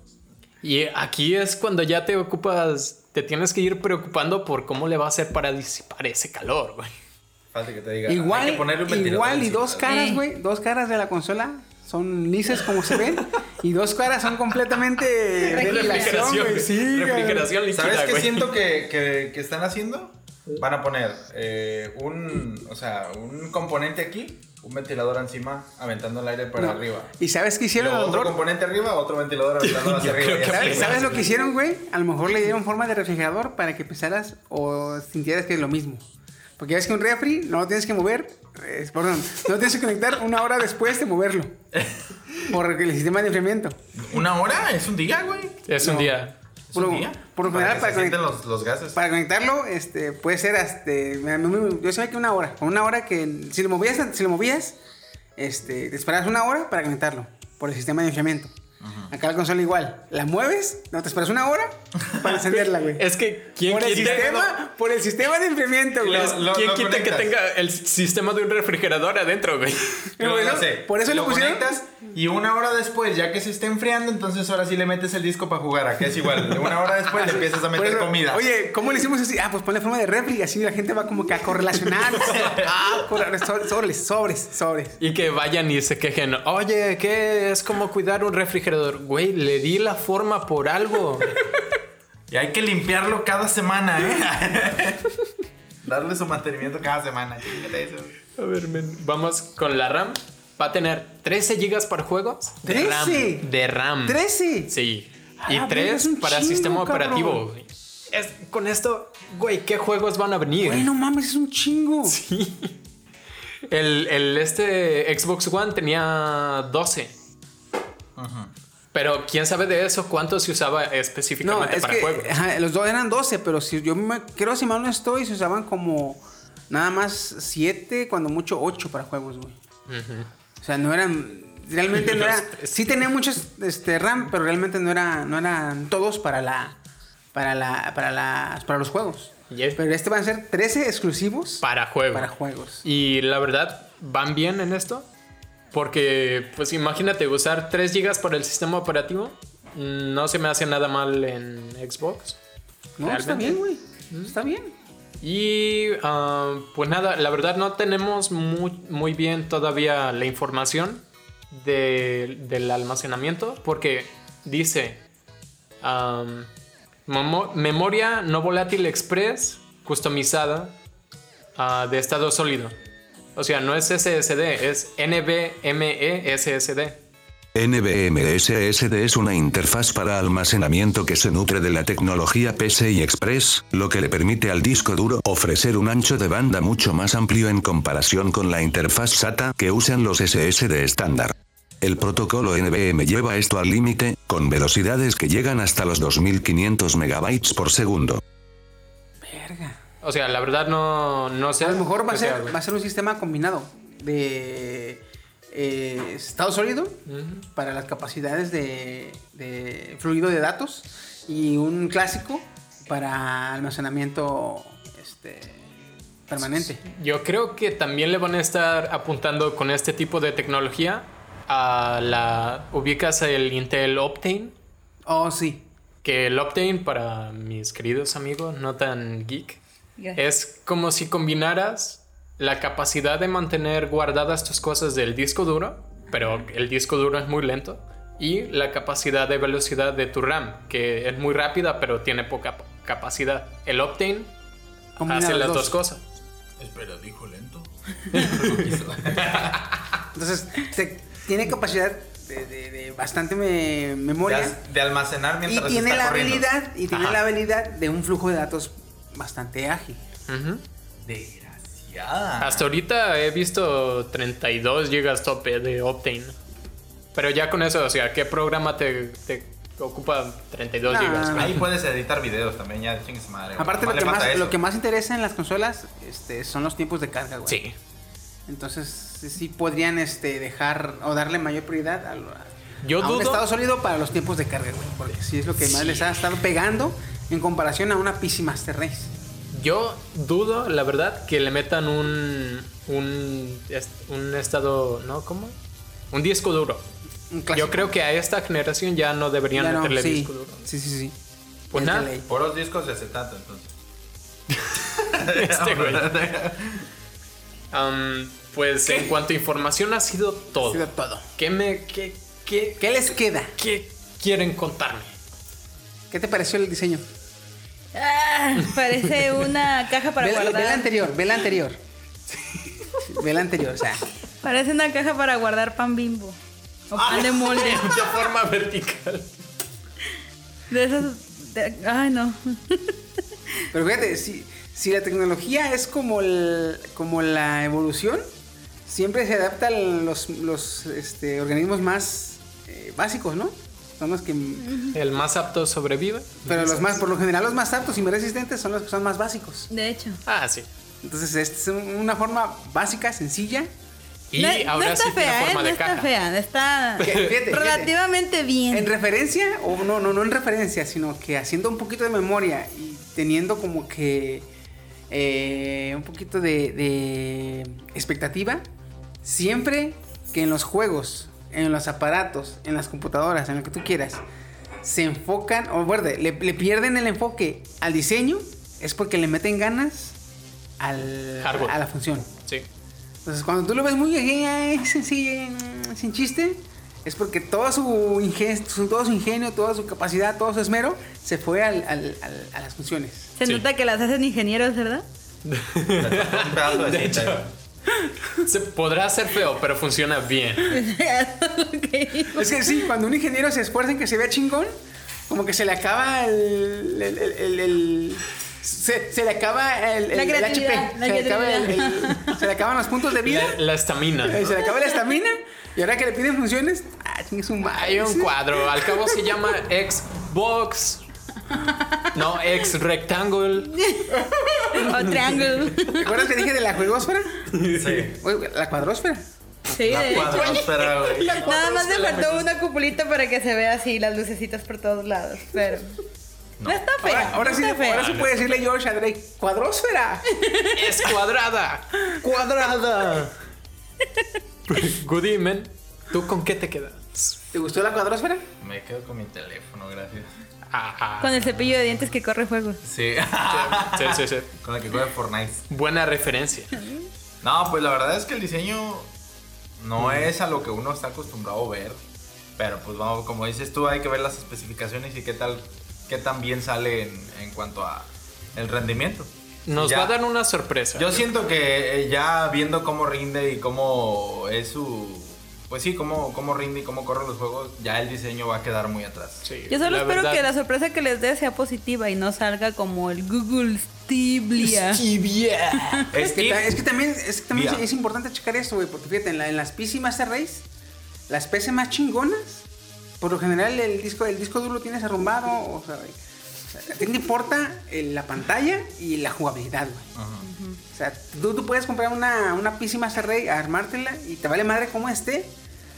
Y aquí es cuando ya te ocupas, te tienes que ir preocupando por cómo le va a hacer para disipar ese calor, güey. Falta que te diga. hay Igual, que ponerle un ventilador igual y encima. dos caras, Sí. güey. Dos caras de la consola son lisas como se ven. y dos caras son completamente de Refrigeración, güey. güey. Sí, güey. refrigeración líquida, ¿Sabes qué güey. siento que, que- que están haciendo? Van a poner eh, un, o sea, un componente aquí, un ventilador encima, aventando el aire para No. arriba. ¿Y sabes qué hicieron? Luego a lo otro mejor? componente arriba, otro [LAUGHS] ventilador aventando hacia Yo creo arriba. y que así, ¿Sabes, güey. sabes lo que hicieron, güey? A lo mejor le dieron forma de refrigerador para que pensaras o sintieras que es lo mismo. Porque ya ves que un refri no lo tienes que mover, eh, perdón, no lo tienes que conectar una hora después de moverlo. Por el sistema de enfriamiento. Una hora es un día, güey. Es un No. día. ¿Es Por un lo- día? por lo general, que para se sienten conect- los, los gases. Para conectarlo, este, puede ser hasta. me- me- Yo sabía que una hora. Con una hora que. Si lo movías, si lo movías, este, te esperabas una hora para conectarlo. Por el sistema de enfriamiento. Acá la consola igual. La mueves, no te esperas una hora para encenderla, güey. Es que quién por el quita- sistema, por el sistema de enfriamiento, güey. Les- Lo- lo- Pues, ¿Quién lo quita que conectas. tenga el sistema de un refrigerador adentro, güey? Y luego por ya eso- sé, por eso lo pusieron- conectas y una hora después, ya que se está enfriando, entonces ahora sí le metes el disco para jugar. Aquí es igual. Una hora después le empiezas a Por meter eso, comida. Oye, ¿cómo le hicimos así? Ah, pues ponle forma de refri y así la gente va como que a [LAUGHS] correlacionar. ah, corre- so- sobres, sobres, sobres. Y que vayan y se quejen. Oye, ¿qué es como cuidar un refrigerador? Güey, le di la forma por algo. Y hay que limpiarlo cada semana, ¿eh? [LAUGHS] Darle su mantenimiento cada semana. chíngate eso. A ver, men, vamos con la RAM. Va a tener 13 GB para juegos. De ¿Trece? RAM. De RAM. 13. Mm. Sí. Ah, Y la verga, 3 es un para chingo, sistema cabrón. operativo. güey. Es, con esto, güey, ¿qué juegos van a venir? Güey, no mames, es un chingo. Sí. El, el este Xbox One tenía 12. Pero quién sabe de eso cuánto se usaba No, específicamente es para que juegos. ajá, los dos eran 12, pero si yo me, creo si mal no estoy, se usaban como nada más 7, cuando mucho 8 para juegos, güey. O sea, no eran [LAUGHS] realmente no Los era sí tenía muchos este RAM, pero realmente no era no eran todos para la para la para las para los juegos. Yes. Pero este van a ser 13 exclusivos Para juegos. para juegos. Y la verdad, ¿van bien en esto? Porque, pues imagínate, usar 3 GB para el sistema operativo mm, no se me hace nada mal en Xbox. No, está Realmente. bien, güey. Está bien. Y ah, pues nada, la verdad no tenemos muy, muy bien todavía la información de- del almacenamiento porque dice am, memo- memoria no volátil express customizada ah, de estado sólido. O sea, no es SSD, es NVMe SSD. NVMe SSD es una interfaz para almacenamiento que se nutre de la tecnología PCI Express, lo que le permite al disco duro ofrecer un ancho de banda mucho más amplio en comparación con la interfaz SATA que usan los SSD estándar. El protocolo NVMe lleva esto al límite, con velocidades que llegan hasta los 2500 megabytes por segundo. Verga. O sea, la verdad no, no sé. A lo mejor va a, qué sea, ser, güey. va a ser un sistema combinado de eh, estado sólido para las capacidades de, de fluido de datos y un clásico para almacenamiento este, permanente. Yo creo que también le van a estar apuntando con este tipo de tecnología a la... ¿Ubicas el Intel Optane? Oh, sí. Que el Optane, para mis queridos amigos no tan geek, Gracias. es como si combinaras la capacidad de mantener guardadas tus cosas del disco duro, pero el disco duro es muy lento, y la capacidad de velocidad de tu RAM, que es muy rápida, pero tiene poca capacidad. El Optane Combina hace los las dos. dos cosas. Espera, dijo lento. Entonces, se- tiene capacidad de, de- de bastante me- memoria. de, de almacenar y mientras tiene está la corriendo. habilidad y tiene Ajá. la habilidad de un flujo de datos bastante ágil Ujú. Desgraciada. Hasta ahorita he visto 32 gigas tope de Optane. Pero ya con eso, o sea, ¿qué programa te, te ocupa 32 Nah. gigas? güey? Ahí puedes editar videos también, ya chingues madre. güey. aparte lo Nomás que le falta más eso. lo que más interesa en las consolas este, son los tiempos de carga güey Sí. entonces sí- sí podrían este dejar o darle mayor prioridad a, lo- a- Yo a un dudo- estado sólido para los tiempos de carga güey porque sí es lo que más Sí. les ha estado pegando en comparación a una PC Master Race Yo dudo, la verdad, que le metan un. un. est- un estado. ¿No? ¿Cómo? Un disco duro. Un clásico. Yo creo que a esta generación ya no deberían Ya no, meterle sí, disco duro. sí sí sí Pues Es nada. de ley. Puros discos de acetato, entonces. [LAUGHS] Este [LAUGHS] [LAUGHS] güey. Am, pues en cuanto a información ha sido todo. Ha sido todo ¿Qué me. qué. qué. qué les queda qué quieren contarme? qué te pareció el diseño Ah, parece una caja para ve, la- ve la guardar. anterior ve [LAUGHS] la anterior ve la anterior o sea Parece una caja para guardar pan bimbo. O pan de molde. De forma vertical. De esos. de- ay, no. Pero fíjate, si, si la tecnología es como, el- como la evolución, siempre se adapta a los, los, este, organismos más eh, básicos, ¿no? Son los que... El más apto sobrevive. Pero los más, por lo general, los más aptos y más resistentes son los que son más básicos. De hecho. Ah, sí. Entonces, esta es un- una forma básica, sencilla. Y no, ahora no está sí tiene fea, forma ¿eh? de no caja. está fea. Está Que, fíjate, fíjate. relativamente bien. En referencia, o no, no, no en referencia, sino que haciendo un poquito de memoria y teniendo como que eh, un poquito de, de expectativa, siempre que en los juegos, en los aparatos, en las computadoras, en lo que tú quieras, se enfocan, o verde, le, le pierden el enfoque al diseño, es porque le meten ganas al, Hardware. a la función. Sí. Entonces, cuando tú lo ves muy eh, sencillo, eh, sin chiste, es porque todo su, ingen- su- todo su ingenio, toda su capacidad, todo su esmero se fue al- al- al- a las funciones. Se Sí. nota que las hacen ingenieros, ¿verdad? [LAUGHS] Un pedazo de, De hecho. cinta, Se podrá ser feo, pero funciona bien. Lo que digo. Es que sí, cuando un ingeniero se esfuerza en que se vea chingón, como que se le acaba el. el- el- el- el- se, se le acaba el, el- La el creatividad, HP. la se, le acaba el- creatividad. el- se le acaban los puntos de vida, La- La estamina. eh, se le acaba la estamina, y ahora que le piden funciones, ah, chingue su madre. Hay un cuadro. Al cabo se llama Xbox. No, X Rectangle. O triángulo. ¿Te acuerdas que dije de la juegosfera? Sí. Oye, La cuadrósfera. Sí, de La hecho. [LAUGHS] cuadrósfera, güey. Nada más le faltó una cupulita para que se vea así las lucecitas por todos lados. Pero. No, está fea. Ahora, ahora no sí, está fea. ahora sí puede decirle George a Drake, cuadrósfera. Es cuadrada. Cuadrada. Goody, men, ¿tú con qué te quedas? ¿Te gustó la cuadrósfera? Me quedo con mi teléfono, gracias. Ajá. Con el cepillo de dientes que corre fuego. Sí. Sí, sí, sí. [LAUGHS] con la que juega Fortnite. Buena referencia. No, pues la verdad es que el diseño no es a lo que uno está acostumbrado a ver. Pero pues vamos, como dices tú, hay que ver las especificaciones y qué tal, qué tan bien sale en, en cuanto a el rendimiento. Nos Ya. va a dar una sorpresa. Yo siento que eh, ya viendo cómo rinde y cómo es su... Pues sí, cómo, cómo rinde y cómo corren los juegos, ya el diseño va a quedar muy atrás. Sí, Yo solo la espero verdad. que la sorpresa que les dé sea positiva y no salga como el Google Stiblia. Stevia. Es que, Steve, ta- es que también, es, que también Mira. es importante checar eso, güey, porque fíjate, en, la- en las PC Master Race, las PC más chingonas por lo general el disco, el disco duro lo tienes arrumbado, o sea, güey. O sea, a ti te importa eh, la pantalla y la jugabilidad, güey. O sea, tú, tú puedes comprar una, una PC Master Race, armártela y te vale madre como esté.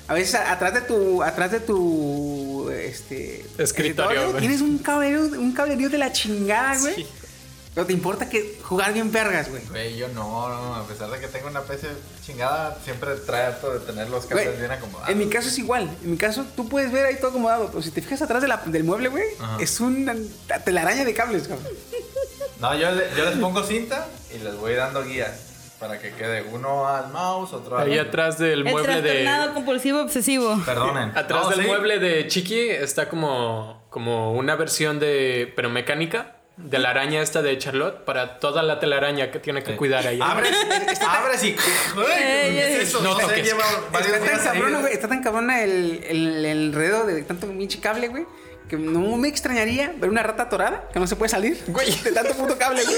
A veces a- atrás de tu atrás de tu este Escritorio, güey. tienes un cablerío, un cablerío de la Ah, chingada, güey. Sí. Pero te importa que jugar bien vergas, güey. Güey, yo no, no, a pesar de que tengo una PC chingada, siempre trato de tener los Güey, cables bien acomodados. en mi caso es igual. En mi caso, tú puedes ver ahí todo acomodado. Pero si te fijas atrás de la- del mueble, güey, Ajá. es una telaraña de cables, cabrón. No, yo, le- yo les pongo cinta y les voy dando guías para que quede uno al mouse, otro al... Ahí atrás del El mueble trastornado de. [LAUGHS] compulsivo obsesivo. Perdonen. [LAUGHS] Atrás No, del sí. mueble de Chiqui está como, como una versión de. pero mecánica. De la araña esta de Charlotte para toda la telaraña que tiene que cuidar ahí. Abres, Este abres y... Ey, ¿Qué pues, es ey. eso? No sé, toques. lleva varios Está tan días cabrón, ahí. güey. Está tan cabrón el, el, el enredo de tanto pinche cable, güey. Que no me extrañaría ver una rata atorada que no se puede salir. Güey. De tanto puto cable, güey.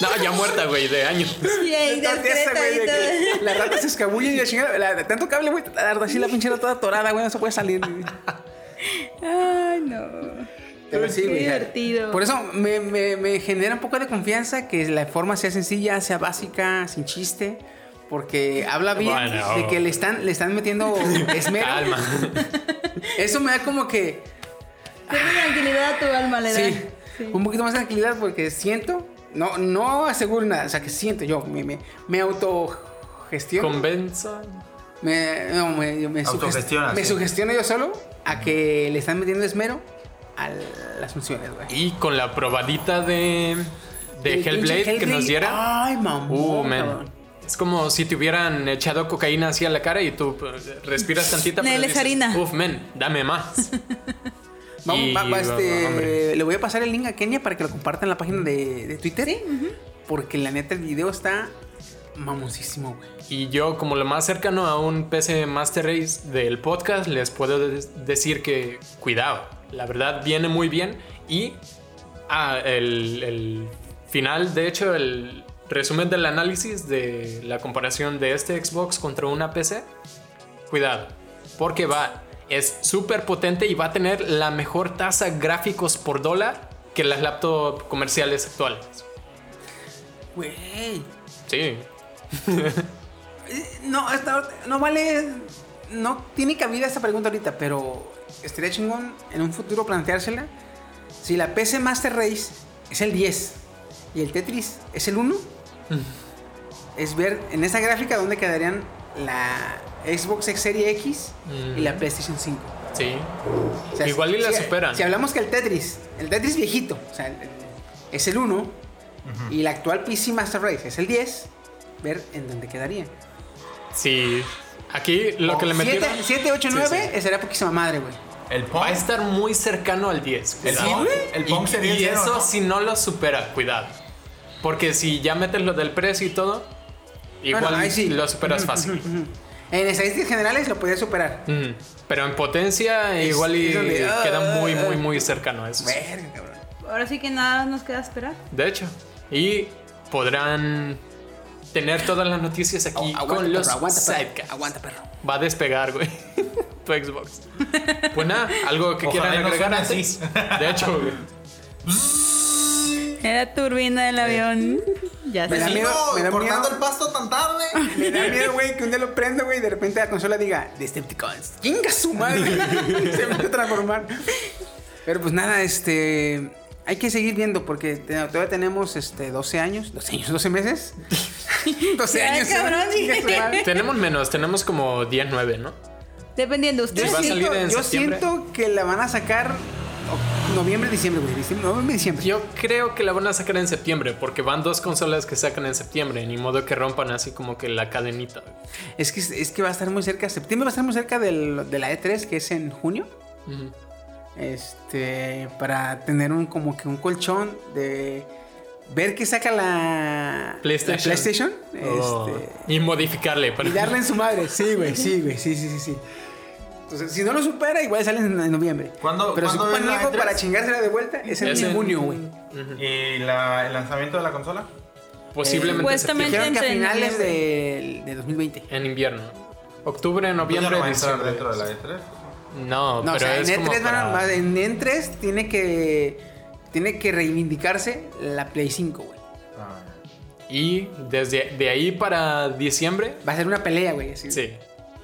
No, ya muerta, güey, de años. Y ahí Está tiesa, discreta güey, y de que todo. La rata se escabulle y la chingada. la- de tanto cable, güey. tarda Así la pinche rata toda atorada, güey. No se puede salir. güey. Ay, no. Pero sí, Qué güey, o sea, divertido. Por eso me, me- me genera un poco de confianza que la forma sea sencilla, sea básica, sin chiste. Porque habla bien Bueno. de que le están, le están [LAUGHS] metiendo esmero. [LAUGHS] Calma. Eso me da como que. Cierta tranquilidad a tu alma, le da. Sí, un poquito más de tranquilidad porque siento. No, no aseguro nada. O sea, que siento yo. Me, me, me autogestiono. Convenza. Me, no, me, yo me, sugest- Autogestionas, me sí. sugestiono yo solo a que le están metiendo esmero a las funciones, güey. Y con la probadita de. de El pinche Hellblade, que nos Hellblade. Ah, diera. Ay, mamón. Uh, cabrón. man. Es como si te hubieran echado cocaína hacia la cara y tú eh, respiras tantita. pero Neles dices, harina. Uf, men, dame más. Vamos, Y- va- va, este, hombre. le voy a pasar el link a Kenia para que lo comparta en la página de, de Twitter. Porque la neta, el video está mamoncísimo, güey. Y yo, como lo más cercano a un PC Master Race del podcast, les puedo de- decir que cuidado. La verdad viene muy bien. Y ah, el, el final, de hecho, el resumen del análisis de la comparación de este Xbox contra una PC, cuidado. Porque va, es súper potente y va a tener la mejor tasa gráficos por dólar que las laptops comerciales actuales. Güey. Sí, Eh, No, hasta ahorita- no vale. No tiene cabida esta pregunta ahorita, pero estaría chingón en un futuro planteársela. Si la PC Master Race es el 10 y el Tetris es el 1, es ver en esa gráfica dónde quedarían la Xbox X Series X y la PlayStation 5. sí. O sea, Igual y la si- superan. Si hablamos que el Tetris, el Tetris viejito, o sea, el- el- es el 1 y la actual PC Master Race es el 10, ver en dónde quedaría. Oh, Sí. Aquí lo que le metieron. 7, 8, Sí, 9 sí. será poquísima madre, güey. El Va a Pong. estar muy cercano al 10. El cuidado. Pong. El Y- Pong sería el Y cero, eso ¿no? si no lo supera, cuidado. Porque si ya metes lo del precio y todo, igual Bueno, ahí sí. lo [LAUGHS] superas fácil. En estadísticas generales lo podías superar. Mm. Pero en potencia Es- igual y es donde- ah, queda muy, ah, muy, ah. muy cercano a eso. Verga, cabrón. Ahora sí que nada nos queda esperar. De hecho. Y podrán tener todas las noticias aquí Oh, Aguanta, con los perro, aguanta, perro, sidecasts. aguanta, perro. Va a despegar, güey. tu Xbox. Pues nada, algo que Ojalá y quieran no agregar suene antes. De hecho, güey. Era turbina del avión. Ya Me da sé. miedo, me da miedo. pasto tan tarde. [LAUGHS] Me da miedo, güey, que un día lo prendo, güey, y de repente la consola diga Decepticons. ¡Chinga su madre! [LAUGHS] Se empieza a transformar. Pero pues nada, este. Hay que seguir viendo porque te- todavía tenemos este, 12 años. 12 años, [LAUGHS] 12 meses. 12 Ya, años. cabrón, chinga su madre. Tenemos menos, tenemos como 10, 9, ¿no? Dependiendo, Yo, Sí, ustedes va a sí. salir siento, en yo septiembre. siento que la van a sacar o- noviembre, diciembre, güey. Diciembre, noviembre, diciembre. Yo creo que la van a sacar en septiembre, porque van dos consolas que sacan en septiembre, ni modo que rompan así como que la cadenita. Es que, es que va a estar muy cerca, septiembre va a estar muy cerca del- de la E3, que es en junio. Ujú. Este, para tener un como que un colchón de ver qué saca la PlayStation. la PlayStation, Oh, este, Y modificarle. para- y darle en su madre. Sí, güey, sí, güey, sí, sí, sí, sí. Entonces, si no lo supera, igual salen en, en noviembre. ¿Cuándo- Pero si cuándo ocupan es la E algo E3? para chingársela de vuelta, es en Es en- junio, güey. ¿Y la- el lanzamiento de la consola? Posiblemente en Supuestamente- septiembre. Dijeron que a entre finales del- de, 2020. en invierno. Octubre, noviembre, Pues ya no va a entrar diciembre. dentro de la E3. No, No, pero o sea, en es como E3, van a- para- va- en E3 tiene que tiene que reivindicarse la Play 5, güey. Ah, Y desde de ahí para diciembre, Va a ser una pelea, güey. así. sí.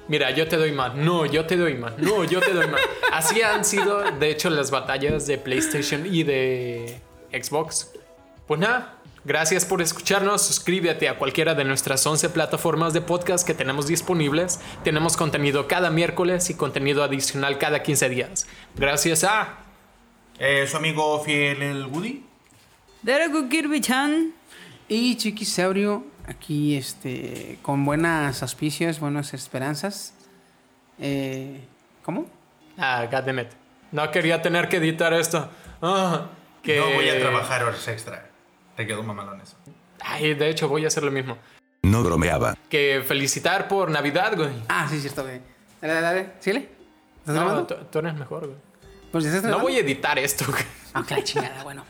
Mira, yo te doy más. No, yo te doy más. No, yo te doy [LAUGHS] más. Así han sido, de hecho, las batallas de PlayStation y de Xbox. Pues nada, gracias por escucharnos. Suscríbete a cualquiera de nuestras 11 plataformas de podcast que tenemos disponibles. Tenemos contenido cada miércoles y contenido adicional cada 15 días. Gracias a... eh, su amigo fiel, el Woody. Dereku Kirby-chan. Y Chiquisaurio, aquí este, con buenas auspicios, buenas esperanzas. Eh, ¿Cómo? Ah, goddammit. No quería tener que editar esto. Ah, que... No voy a trabajar horas extra. Te quedó mamalón eso. Ay, de hecho, voy a hacer lo mismo. No bromeaba. Que felicitar por Navidad, güey. Ah, sí, cierto, güey. Dale, dale, dale. ¿Síguele? ¿Estás No, grabando? tú, tú eres mejor, güey. Pues, ¿estás No grabando? voy a editar esto, güey. Ah, que la chingada, bueno.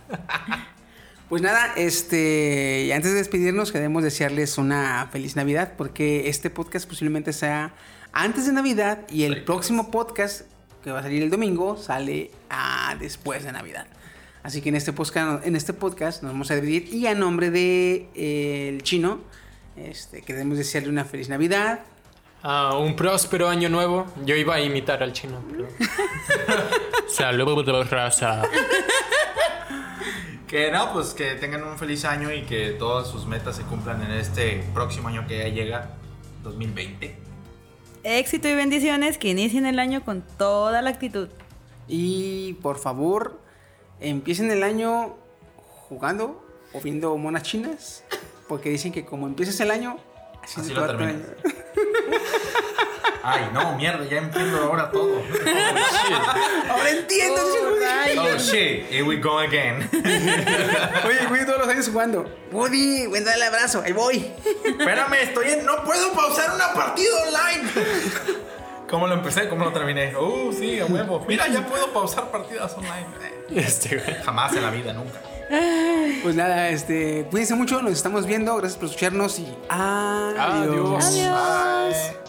Pues nada, este, y antes de despedirnos queremos desearles una feliz Navidad porque este podcast posiblemente sea antes de Navidad y el próximo podcast que va a salir el domingo sale ah, después de Navidad. Así que en este podcast, en este podcast nos vamos a dividir y a nombre de eh, el chino este, queremos desearle una feliz Navidad. Ah, un próspero año nuevo. Yo iba a imitar al chino, [LAUGHS] pero... Saludos, raza. Que no, pues que tengan un feliz año y que todas sus metas se cumplan en este próximo año que ya llega, 2020. Éxito y bendiciones que inicien el año con toda la actitud. Y por favor, empiecen el año jugando o viendo monas chinas. Porque dicen que como empiezas el año, así, se Así te lo va todo el terminas. año. Ay, no, mierda, ya entiendo ahora todo. Oh, Ahora entiendo. shit. Woody. Oh, shit, here we go again. Oye, güey, todos los años jugando. Woody, ven, dale abrazo, ahí voy. Espérame, estoy en... No puedo pausar una partida online. ¿Cómo lo empecé? ¿Cómo lo terminé? Uh, sí, a huevo. Mira, ya puedo pausar partidas online. Eh, Este, güey. Jamás en la vida, nunca. Pues nada, este, cuídense mucho, nos estamos viendo. Gracias por escucharnos y adiós. Adiós. Bye.